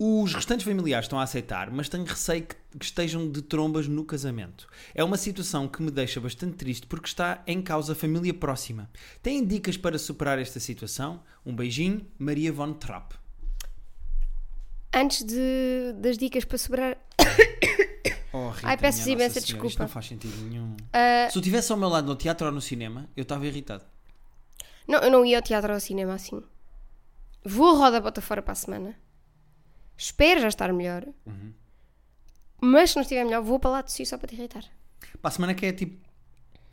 [SPEAKER 2] Os restantes familiares estão a aceitar, mas tenho receio que, que estejam de trombas no casamento. É uma situação que me deixa bastante triste porque está em causa a família próxima. Têm dicas para superar esta situação? Um beijinho, Maria Von Trapp.
[SPEAKER 1] Antes de, das dicas para sobrar.
[SPEAKER 2] Oh, Rita,
[SPEAKER 1] Ai, peço
[SPEAKER 2] minha
[SPEAKER 1] imensa
[SPEAKER 2] Nossa Senhora, Isto
[SPEAKER 1] desculpa.
[SPEAKER 2] não faz sentido nenhum.
[SPEAKER 1] Ah,
[SPEAKER 2] Se eu estivesse ao meu lado no teatro ou no cinema, eu estava irritado.
[SPEAKER 1] não, eu não ia ao teatro ou ao cinema assim. Vou a roda bota fora para a semana. Espero já estar melhor. Mas se não estiver melhor, vou para lá de si só para te irritar.
[SPEAKER 2] Para a semana que é tipo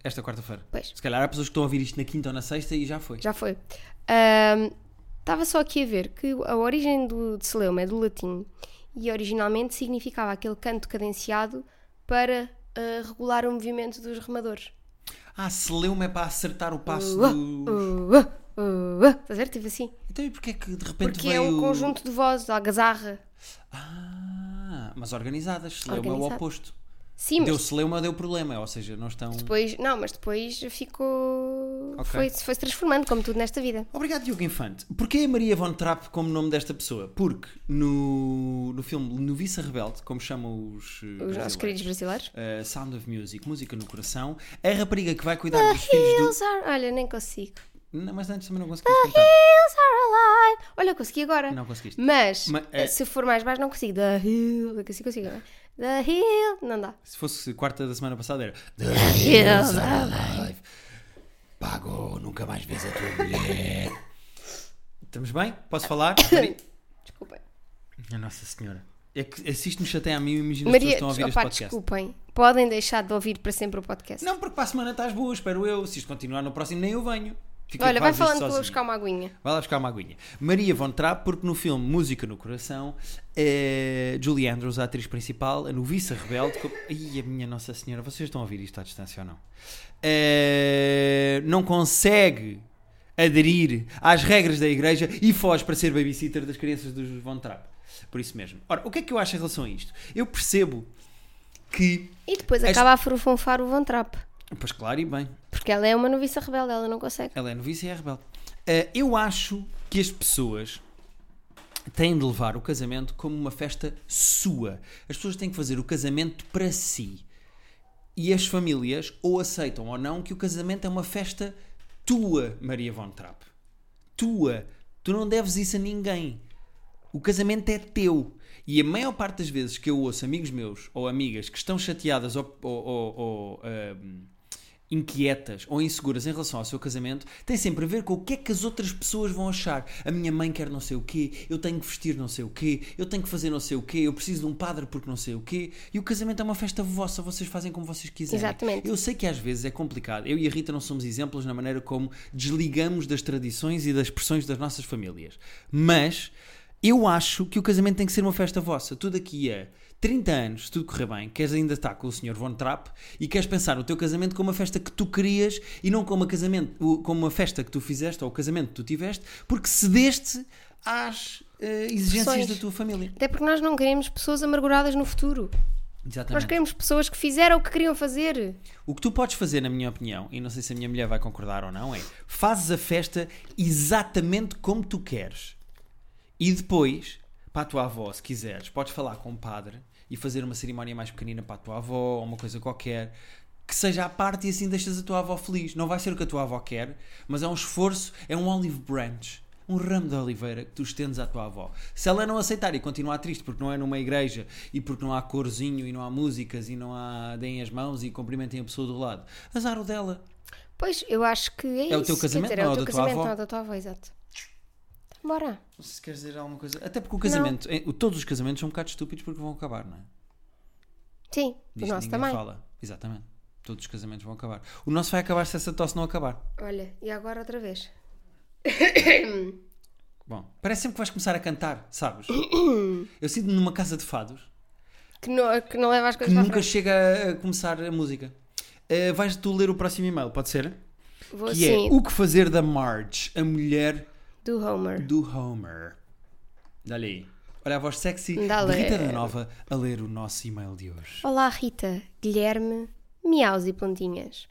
[SPEAKER 2] esta quarta-feira.
[SPEAKER 1] Pois.
[SPEAKER 2] Se calhar há pessoas que estão a ouvir isto na quinta ou na sexta e já foi.
[SPEAKER 1] Já foi. Ahm, Estava só aqui a ver que a origem do, de celeuma é do latim e originalmente significava aquele canto cadenciado para ah, regular o movimento dos remadores.
[SPEAKER 2] Ah, celeuma é para acertar o passo
[SPEAKER 1] Uá,
[SPEAKER 2] do...
[SPEAKER 1] uá, uá. Estás a ver? Tipo assim.
[SPEAKER 2] Então e porquê é que de repente
[SPEAKER 1] Porque é
[SPEAKER 2] veio...
[SPEAKER 1] um conjunto de vozes, de algazarra.
[SPEAKER 2] Ah, mas organizadas. Celeuma é o
[SPEAKER 1] Organizado.
[SPEAKER 2] oposto.
[SPEAKER 1] Sim, mas
[SPEAKER 2] Deu celeuma, deu problema. Ou seja, não estão...
[SPEAKER 1] depois. Não, mas depois ficou.
[SPEAKER 2] Ok.
[SPEAKER 1] Foi, foi se transformando, como tudo nesta vida.
[SPEAKER 2] Obrigado, Diogo Infante. Porquê a Maria Von Trapp como nome desta pessoa? Porque no, no filme Noviça Rebelde, como chamam os... eh,
[SPEAKER 1] Os nossos
[SPEAKER 2] brasileiros,
[SPEAKER 1] queridos brasileiros.
[SPEAKER 2] Uh, Sound of Music, Música no Coração, é a rapariga que vai cuidar dos
[SPEAKER 1] Ah,
[SPEAKER 2] filhos
[SPEAKER 1] Hills are. Olha, nem consigo.
[SPEAKER 2] do. Não, mas antes também não conseguimos cantar.
[SPEAKER 1] Hills are alive. Olha, eu consegui agora.
[SPEAKER 2] Então. Não conseguiste.
[SPEAKER 1] Mas,
[SPEAKER 2] Ma- é-
[SPEAKER 1] se for mais baixo, não consigo. The hill. Assim consigo, não é? The hill. Não dá.
[SPEAKER 2] Se fosse quarta da semana passada era.
[SPEAKER 1] Hills
[SPEAKER 2] alive. Pago, nunca mais vês a tua mulher. Estamos bem? Posso falar? Mari-
[SPEAKER 1] Desculpem.
[SPEAKER 2] Minha Nossa Senhora. É que assiste-nos até a mim e imagina as pessoas que
[SPEAKER 1] Maria,
[SPEAKER 2] estão a ouvir este
[SPEAKER 1] opa,
[SPEAKER 2] podcast.
[SPEAKER 1] desculpem. Podem deixar de ouvir para sempre o podcast.
[SPEAKER 2] Não, porque para a semana estás boa, espero eu. Se isto continuar no próximo, nem eu venho. Fica-
[SPEAKER 1] Olha, vai
[SPEAKER 2] fazes isto
[SPEAKER 1] falando que eu vou
[SPEAKER 2] sozinho.
[SPEAKER 1] buscar uma aguinha.
[SPEAKER 2] Vai lá buscar uma aguinha. Maria Von Trapp, porque no filme Música no Coração, eh, Julie Andrews, a atriz principal, a noviça rebelde. Com... Ai, a minha Nossa Senhora, vocês estão a ouvir isto à distância ou não? Eh, não consegue aderir às regras da igreja e foge para ser babysitter das crianças dos Von Trapp. Por isso mesmo. Ora, o que é que eu acho em relação a isto? Eu percebo que.
[SPEAKER 1] E depois
[SPEAKER 2] Esta-
[SPEAKER 1] acaba a furufunfar o Von Trapp.
[SPEAKER 2] Pois claro, e bem.
[SPEAKER 1] Porque ela é uma noviça rebelde, ela não consegue.
[SPEAKER 2] Ela é noviça e é rebelde. Ah, eu acho que as pessoas têm de levar o casamento como uma festa sua. As pessoas têm que fazer o casamento para si. E as famílias ou aceitam ou não que o casamento é uma festa tua, Maria Von Trapp. Tua. Tu não deves isso a ninguém. O casamento é teu. E a maior parte das vezes que eu ouço amigos meus ou amigas que estão chateadas ou, ou- ou- ou, ahm, inquietas ou inseguras em relação ao seu casamento tem sempre a ver com o que é que as outras pessoas vão achar. A minha mãe quer não sei o quê, eu tenho que vestir não sei o quê, eu tenho que fazer não sei o quê, eu preciso de um padre porque não sei o quê. E o casamento é uma festa vossa, vocês fazem como vocês quiserem.
[SPEAKER 1] Exatamente.
[SPEAKER 2] Eu sei que às vezes é complicado. Eu e a Rita não somos exemplos na maneira como desligamos das tradições e das pressões das nossas famílias. Mas eu acho que o casamento tem que ser uma festa vossa. Tu daqui a 30 anos, se tudo correr bem, queres ainda estar com o Sr. Von Trapp e queres pensar o teu casamento como uma festa que tu querias e não como, a casamento, o- como uma festa que tu fizeste ou o casamento que tu tiveste, porque cedeste às eh, exigências
[SPEAKER 1] Pressões.
[SPEAKER 2] da tua família.
[SPEAKER 1] Até porque nós não queremos pessoas amarguradas no futuro. Nós
[SPEAKER 2] Exatamente.
[SPEAKER 1] queremos pessoas que fizeram o que queriam fazer.
[SPEAKER 2] O que tu podes fazer, na minha opinião, e não sei se a minha mulher vai concordar ou não, é fazes a festa exatamente como tu queres. E depois, para a tua avó, se quiseres, podes falar com o padre e fazer uma cerimónia mais pequenina para a tua avó ou uma coisa qualquer. Que seja à parte e assim deixas a tua avó feliz. Não vai ser o que a tua avó quer, mas é um esforço, é um olive branch. um ramo de oliveira que tu estendes à tua avó. Se ela não aceitar e continuar triste porque não é numa igreja e porque não há corzinho e não há músicas e não há deem as mãos e cumprimentem a pessoa do lado, azar o dela.
[SPEAKER 1] Pois, eu acho que é, isso.
[SPEAKER 2] o teu
[SPEAKER 1] quer
[SPEAKER 2] casamento,
[SPEAKER 1] dizer,
[SPEAKER 2] não é
[SPEAKER 1] é o
[SPEAKER 2] o
[SPEAKER 1] teu
[SPEAKER 2] da tua
[SPEAKER 1] casamento,
[SPEAKER 2] avó?
[SPEAKER 1] não é o da tua avó, exato. Então, Bora.
[SPEAKER 2] Não sei se queres dizer alguma coisa. Até porque o casamento, eh, todos os casamentos são um bocado estúpidos porque vão acabar, não é?
[SPEAKER 1] Sim, o
[SPEAKER 2] Disto
[SPEAKER 1] nosso
[SPEAKER 2] ninguém
[SPEAKER 1] também.
[SPEAKER 2] fala. Exatamente. Todos os casamentos vão acabar. O nosso vai acabar se essa tosse não acabar.
[SPEAKER 1] Olha, e agora outra vez.
[SPEAKER 2] Bom, parece sempre que vais começar a cantar, sabes? Eu sinto-me numa casa de fados
[SPEAKER 1] Que não, que não leva as
[SPEAKER 2] que
[SPEAKER 1] coisas para
[SPEAKER 2] nunca chega a- a começar a música. Eh, vais tu ler o próximo e-mail, pode ser?
[SPEAKER 1] a frente. Vou
[SPEAKER 2] Que
[SPEAKER 1] assim,
[SPEAKER 2] é O que fazer da Marge, a mulher
[SPEAKER 1] do Homer.
[SPEAKER 2] do Homer. Dá-lhe aí. Olha a voz sexy
[SPEAKER 1] Dá-lhe.
[SPEAKER 2] de Rita da Nova a ler o nosso e-mail de hoje.
[SPEAKER 1] Olá Rita, Guilherme, Miaus e Plantinhas.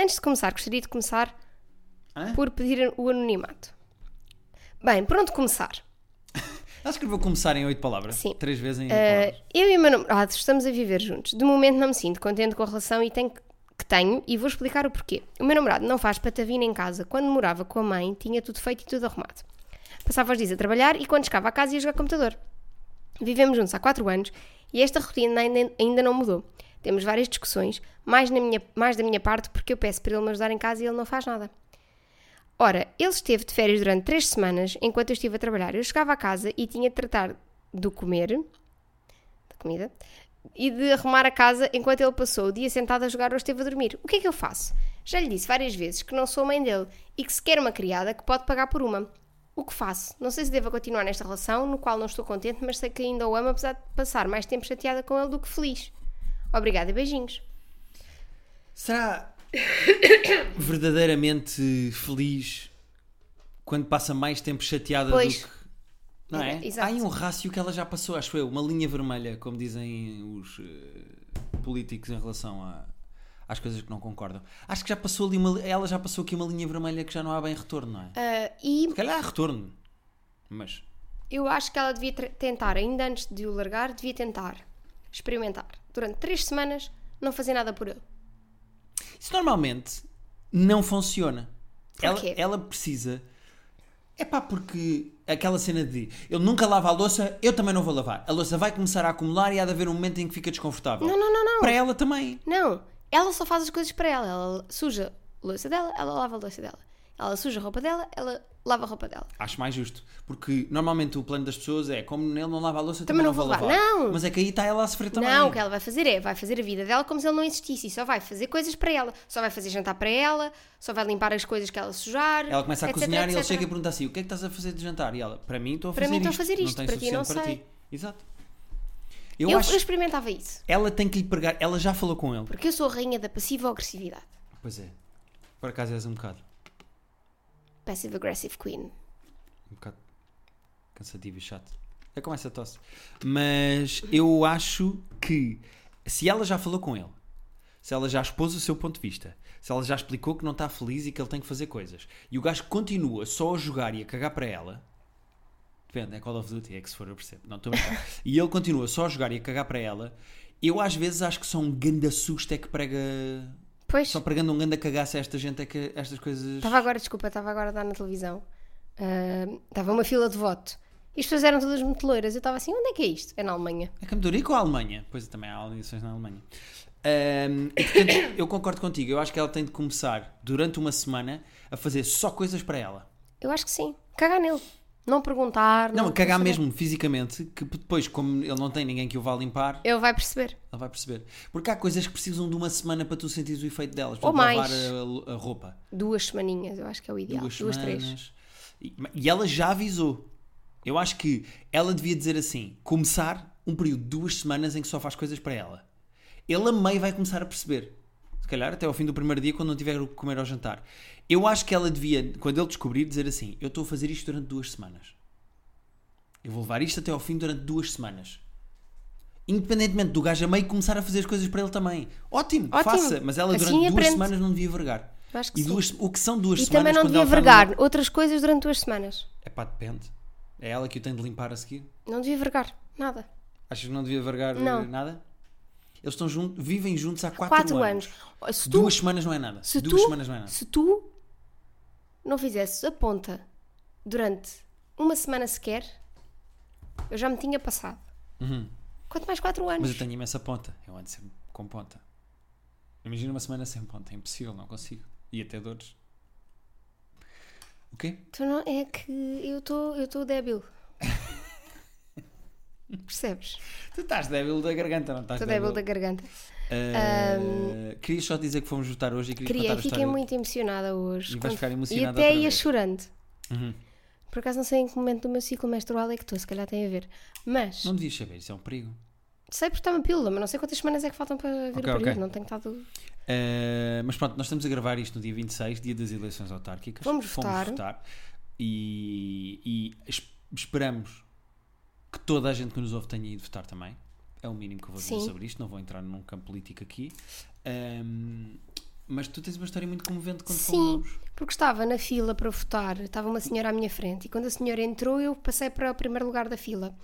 [SPEAKER 1] Antes de começar, gostaria de começar
[SPEAKER 2] Hã?
[SPEAKER 1] por pedir o anonimato. Bem, por onde começar?
[SPEAKER 2] Ela escreveu começar em oito palavras.
[SPEAKER 1] Sim.
[SPEAKER 2] Três vezes em oito
[SPEAKER 1] Uh,
[SPEAKER 2] palavras.
[SPEAKER 1] eu e o meu namorado estamos a viver juntos. De momento não me sinto contente com a relação e tenho que que tenho e vou explicar o porquê. O meu namorado não faz patavina em casa. Quando morava com a mãe, tinha tudo feito e tudo arrumado. Passava os dias a trabalhar e quando chegava a casa ia jogar computador. Vivemos juntos há 4 anos e esta rotina ainda, ainda não mudou. Temos várias discussões, mais, na minha- mais da minha parte, porque eu peço para ele me ajudar em casa e ele não faz nada. Ora, ele esteve de férias durante 3 semanas enquanto eu estive a trabalhar. Eu chegava a casa e tinha de tratar do comer, da comida, e de arrumar a casa enquanto ele passou o dia sentado a jogar ou esteve a dormir. O que é que eu faço? Já lhe disse várias vezes que não sou a mãe dele e que se quer uma criada que pode pagar por uma. O que faço? Não sei se devo continuar nesta relação, no qual não estou contente, mas sei que ainda o amo, apesar de passar mais tempo chateada com ele do que feliz. Obrigada e beijinhos.
[SPEAKER 2] Será verdadeiramente feliz quando passa mais tempo chateada
[SPEAKER 1] Pois.
[SPEAKER 2] do que. Não é?
[SPEAKER 1] É, exato.
[SPEAKER 2] Há aí um rácio que ela já passou, acho eu, uma linha vermelha, como dizem os eh, políticos em relação a- às coisas que não concordam. Acho que já passou ali uma. li- Ela já passou aqui uma linha vermelha que já não há bem retorno, não é?
[SPEAKER 1] Ah, e
[SPEAKER 2] Se calhar há retorno. Mas.
[SPEAKER 1] Eu acho que ela devia tra- tentar, ainda antes de o largar, devia tentar experimentar durante três semanas não fazer nada por ele.
[SPEAKER 2] Isso normalmente não funciona. Ela,
[SPEAKER 1] Porquê?
[SPEAKER 2] ela precisa. É pá, porque aquela cena de ele nunca lava a louça, eu também não vou lavar. A louça vai começar a acumular e há de haver um momento em que fica desconfortável.
[SPEAKER 1] Não, não, não, não.
[SPEAKER 2] Para ela também.
[SPEAKER 1] Não, ela só faz as coisas para ela. Ela suja a louça dela, ela lava a louça dela. Ela suja a roupa dela, ela lava a roupa dela.
[SPEAKER 2] Acho mais justo. Porque normalmente o plano das pessoas é como ele não lava a louça, eu
[SPEAKER 1] Também
[SPEAKER 2] também,
[SPEAKER 1] não vou
[SPEAKER 2] lavar.
[SPEAKER 1] lavar. Não.
[SPEAKER 2] Mas é que aí está ela a sofrer também.
[SPEAKER 1] Não, o que ela vai fazer é, vai fazer a vida dela como se ele não existisse. E só vai fazer coisas para ela. Só vai fazer jantar para ela, só vai limpar as coisas que ela sujar.
[SPEAKER 2] Ela começa a
[SPEAKER 1] etc,
[SPEAKER 2] cozinhar e ele
[SPEAKER 1] etc.
[SPEAKER 2] chega e pergunta assim: o que é que estás a fazer de jantar? E ela, para mim estou a
[SPEAKER 1] Para
[SPEAKER 2] fazer
[SPEAKER 1] mim
[SPEAKER 2] isto.
[SPEAKER 1] estou a fazer isto,
[SPEAKER 2] não
[SPEAKER 1] para
[SPEAKER 2] tens
[SPEAKER 1] ti não
[SPEAKER 2] suficiente para
[SPEAKER 1] sei."
[SPEAKER 2] ti. Exato.
[SPEAKER 1] Eu,
[SPEAKER 2] Eu,
[SPEAKER 1] eu
[SPEAKER 2] acho que
[SPEAKER 1] experimentava isso.
[SPEAKER 2] ela tem que lhe pregar. Ela já falou com ele.
[SPEAKER 1] Porque eu sou a rainha da passiva-agressividade.
[SPEAKER 2] Pois é. Por acaso és um bocado.
[SPEAKER 1] Passive Aggressive Queen.
[SPEAKER 2] Um bocado cansativo e chato. É como essa tosse. Mas eu acho que se ela já falou com ele, se ela já expôs o seu ponto de vista, se ela já explicou que não está feliz e que ele tem que fazer coisas, e o gajo continua só a jogar e a cagar para ela. Depende, é Call of Duty, é que se for eu percebo. Não, estou a brincar. E ele continua só a jogar e a cagar para ela. Eu às vezes acho que só um ganda susto é que prega.
[SPEAKER 1] Pois.
[SPEAKER 2] Só pregando um ganda cagaço a esta gente é que estas coisas.
[SPEAKER 1] Estava agora, desculpa, estava agora a dar na televisão. Ah, Estava uma fila de voto. E as pessoas eram todas muito loiras. Eu estava assim, onde é que é isto? É na Alemanha.
[SPEAKER 2] É Campo de Rico ou a Alemanha? Pois também há eleições na Alemanha. Ahm, e, portanto, eu concordo contigo. Eu acho que ela tem de começar, durante uma semana, a fazer só coisas para ela.
[SPEAKER 1] Eu acho que sim. Cagar nele. Não perguntar.
[SPEAKER 2] Não, a cagar
[SPEAKER 1] saber.
[SPEAKER 2] mesmo fisicamente, que depois, como ele não tem ninguém que o vá limpar,
[SPEAKER 1] Ele vai perceber.
[SPEAKER 2] ela vai perceber. Porque há coisas que precisam de uma semana para tu sentires o efeito delas. Por
[SPEAKER 1] Ou
[SPEAKER 2] exemplo,
[SPEAKER 1] mais.
[SPEAKER 2] Lavar a, a roupa.
[SPEAKER 1] Duas semaninhas, eu acho que é o ideal.
[SPEAKER 2] Duas,
[SPEAKER 1] Duas, três.
[SPEAKER 2] semanas. E, e ela já avisou. Eu acho que ela devia dizer assim: começar um período de duas semanas em que só faz coisas para ela. Ele a meio vai começar a perceber. Se calhar até ao fim do primeiro dia, quando não tiver o que comer ao jantar. Eu acho que ela devia, quando ele descobrir, dizer assim: Eu estou a fazer isto durante duas semanas. Eu vou levar isto até ao fim durante duas semanas. Independentemente do gajo a meio começar a fazer as coisas para ele também. Ótimo,
[SPEAKER 1] Ótimo.
[SPEAKER 2] faça. Mas ela durante
[SPEAKER 1] Assim
[SPEAKER 2] duas
[SPEAKER 1] aprende.
[SPEAKER 2] semanas não devia vergar.
[SPEAKER 1] Eu acho que
[SPEAKER 2] E
[SPEAKER 1] sim.
[SPEAKER 2] duas, o que são duas
[SPEAKER 1] E
[SPEAKER 2] semanas
[SPEAKER 1] também não
[SPEAKER 2] quando
[SPEAKER 1] devia
[SPEAKER 2] tá ela está numa-
[SPEAKER 1] vergar outras coisas durante duas semanas.
[SPEAKER 2] é pá, depende. É ela que o tem de limpar a seguir?
[SPEAKER 1] Não devia vergar. Nada.
[SPEAKER 2] Achas que não devia vergar eh,
[SPEAKER 1] Não.
[SPEAKER 2] nada? Eles estão juntos, vivem juntos há 4
[SPEAKER 1] Quatro,
[SPEAKER 2] anos.
[SPEAKER 1] anos. Se tu,
[SPEAKER 2] Duas semanas não é nada.
[SPEAKER 1] se
[SPEAKER 2] Duas
[SPEAKER 1] tu,
[SPEAKER 2] semanas não é nada.
[SPEAKER 1] se tu não fizesses a ponta durante uma semana sequer, eu já me tinha passado.
[SPEAKER 2] Uhum.
[SPEAKER 1] Quanto mais quatro anos.
[SPEAKER 2] Mas eu tenho imensa ponta. Eu ando sempre com ponta. Imagina uma semana sem ponta. É impossível, não consigo. E até dores. O quê?
[SPEAKER 1] Tu não- é que eu estou eu tô débil. Percebes?
[SPEAKER 2] Tu estás débil da garganta, não estás
[SPEAKER 1] Estou débil da garganta.
[SPEAKER 2] Ah, Queria só dizer que fomos votar hoje e queria
[SPEAKER 1] Queria,
[SPEAKER 2] contar a
[SPEAKER 1] fiquei
[SPEAKER 2] história.
[SPEAKER 1] muito emocionada hoje.
[SPEAKER 2] E vais
[SPEAKER 1] Quando-
[SPEAKER 2] ficar emocionada
[SPEAKER 1] E até
[SPEAKER 2] outra
[SPEAKER 1] ia
[SPEAKER 2] vez.
[SPEAKER 1] chorando.
[SPEAKER 2] Uhum.
[SPEAKER 1] Por acaso não sei em que momento do meu ciclo menstrual é que estou, se calhar tem a ver. Mas,
[SPEAKER 2] Não devias saber, isso é um perigo.
[SPEAKER 1] sei porque está uma pílula, mas não sei quantas semanas é que faltam para vir
[SPEAKER 2] Ok,
[SPEAKER 1] o período,
[SPEAKER 2] ok.
[SPEAKER 1] não tenho estado...
[SPEAKER 2] Uh, mas pronto, nós estamos a gravar isto no dia 26, dia das eleições autárquicas.
[SPEAKER 1] Vamos
[SPEAKER 2] Fomos
[SPEAKER 1] votar.
[SPEAKER 2] e, e es- esperamos que toda a gente que nos ouve tenha ido votar também. É o mínimo que eu vou dizer
[SPEAKER 1] Sim.
[SPEAKER 2] sobre isto. Não vou entrar num campo político aqui. Um, mas tu tens uma história muito comovente quando
[SPEAKER 1] Sim,
[SPEAKER 2] falamos.
[SPEAKER 1] porque estava na fila para votar, estava uma senhora à minha frente e quando a senhora entrou eu passei para o primeiro lugar da fila.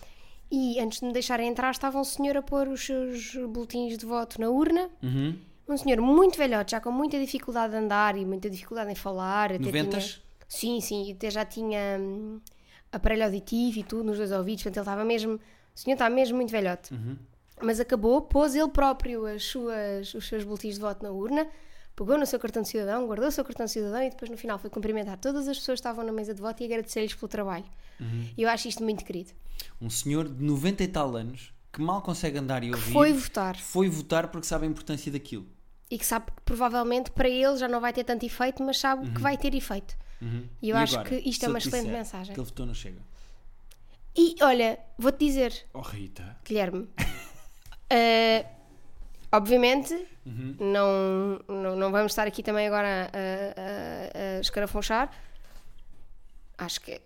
[SPEAKER 1] E antes de me deixarem entrar estava um senhor a pôr os seus boletins de voto na urna.
[SPEAKER 2] Uhum.
[SPEAKER 1] Um senhor muito velhote, já com muita dificuldade de andar e muita dificuldade em falar. Até
[SPEAKER 2] Noventas?
[SPEAKER 1] tinha- Sim, sim, até já tinha hum, aparelho auditivo e tudo nos dois ouvidos, portanto ele estava mesmo. O senhor estava mesmo muito velhote.
[SPEAKER 2] Uhum.
[SPEAKER 1] Mas acabou, pôs ele próprio as suas, os seus boletins de voto na urna, pegou no seu cartão de cidadão, guardou o seu cartão de cidadão e depois no final foi cumprimentar todas as pessoas que estavam na mesa de voto e agradecer-lhes pelo trabalho.
[SPEAKER 2] Uhum.
[SPEAKER 1] E eu acho isto muito querido.
[SPEAKER 2] Um senhor de 90 e tal anos que mal consegue andar e ouvir
[SPEAKER 1] Foi votar.
[SPEAKER 2] foi votar porque sabe a importância daquilo.
[SPEAKER 1] e que sabe que provavelmente para ele já não vai ter tanto efeito, mas sabe que vai ter efeito. E eu acho
[SPEAKER 2] Uhum. agora,
[SPEAKER 1] que isto
[SPEAKER 2] se
[SPEAKER 1] é
[SPEAKER 2] eu
[SPEAKER 1] uma
[SPEAKER 2] te
[SPEAKER 1] excelente
[SPEAKER 2] disser
[SPEAKER 1] mensagem.
[SPEAKER 2] Que ele votou não chega.
[SPEAKER 1] E olha, vou-te dizer,
[SPEAKER 2] Oh, Rita.
[SPEAKER 1] Guilherme, eh, obviamente
[SPEAKER 2] Uhum.
[SPEAKER 1] não, não, não vamos estar aqui também agora a, a- a escarafunchar. Acho que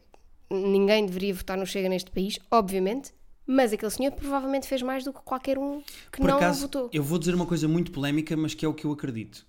[SPEAKER 1] ninguém deveria votar no Chega neste país, obviamente. Mas aquele senhor provavelmente fez mais do que qualquer um que
[SPEAKER 2] Por
[SPEAKER 1] não
[SPEAKER 2] acaso,
[SPEAKER 1] votou.
[SPEAKER 2] eu vou dizer uma coisa muito polémica, mas que é o que eu acredito.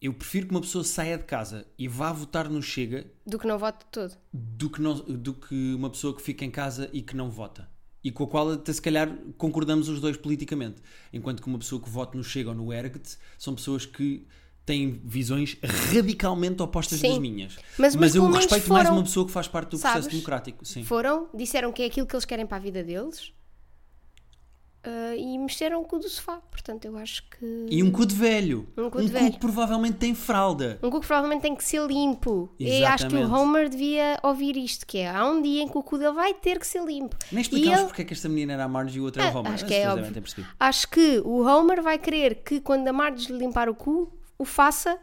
[SPEAKER 2] Eu prefiro que uma pessoa saia de casa e vá votar no Chega
[SPEAKER 1] Do que não vote todo.
[SPEAKER 2] do que, não- do que uma pessoa que fica em casa e que não vota. E com a qual até se calhar concordamos os dois politicamente. Enquanto que uma pessoa que vota no Chega ou no Ergt são pessoas que têm visões radicalmente opostas
[SPEAKER 1] Sim.
[SPEAKER 2] das minhas.
[SPEAKER 1] Mas- mas
[SPEAKER 2] eu
[SPEAKER 1] pelo menos
[SPEAKER 2] respeito mais
[SPEAKER 1] foram-
[SPEAKER 2] uma pessoa que faz parte do processo
[SPEAKER 1] Sabes?
[SPEAKER 2] democrático. Sim.
[SPEAKER 1] Foram, disseram que é aquilo que eles querem para a vida deles ah, e mexeram com o do sofá. Portanto, eu acho que.
[SPEAKER 2] E um cu de velho.
[SPEAKER 1] Um cu de
[SPEAKER 2] que
[SPEAKER 1] velho.
[SPEAKER 2] provavelmente tem fralda.
[SPEAKER 1] Um cu que provavelmente tem que ser limpo. E acho que o
[SPEAKER 2] Exatamente.
[SPEAKER 1] Homer devia ouvir isto: que é há um dia em que o cu dele vai ter que ser limpo.
[SPEAKER 2] Nem
[SPEAKER 1] e
[SPEAKER 2] explicámos
[SPEAKER 1] ele,
[SPEAKER 2] porque é que esta menina era a Marge e o outro é o
[SPEAKER 1] Ah,
[SPEAKER 2] Homer.
[SPEAKER 1] acho
[SPEAKER 2] As
[SPEAKER 1] que é
[SPEAKER 2] pessoas
[SPEAKER 1] óbvio.
[SPEAKER 2] devem ter percebido.
[SPEAKER 1] acho que o Homer vai querer que quando a Marge lhe limpar o cu, o faça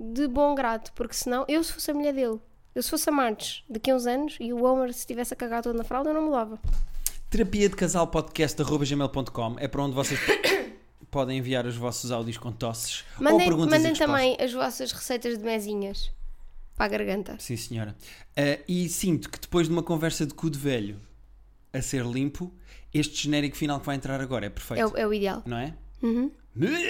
[SPEAKER 1] de bom grado, porque senão eu, se fosse a mulher dele, eu se fosse a Marge daqui a uns anos e o Homer se estivesse a cagar todo na fralda, eu não me lava.
[SPEAKER 2] Terapia de Casal Podcast arroba gmail.com é para onde vocês podem enviar os vossos áudios com tosses ou
[SPEAKER 1] Mandem,
[SPEAKER 2] perguntas e
[SPEAKER 1] mandem
[SPEAKER 2] respostas.
[SPEAKER 1] também as vossas receitas de mesinhas para a garganta.
[SPEAKER 2] Sim, senhora. Ah, e sinto que depois de uma conversa de cu de velho a ser limpo, este genérico final que vai entrar agora é perfeito.
[SPEAKER 1] É, o- é o ideal.
[SPEAKER 2] Não é?
[SPEAKER 1] Uhum.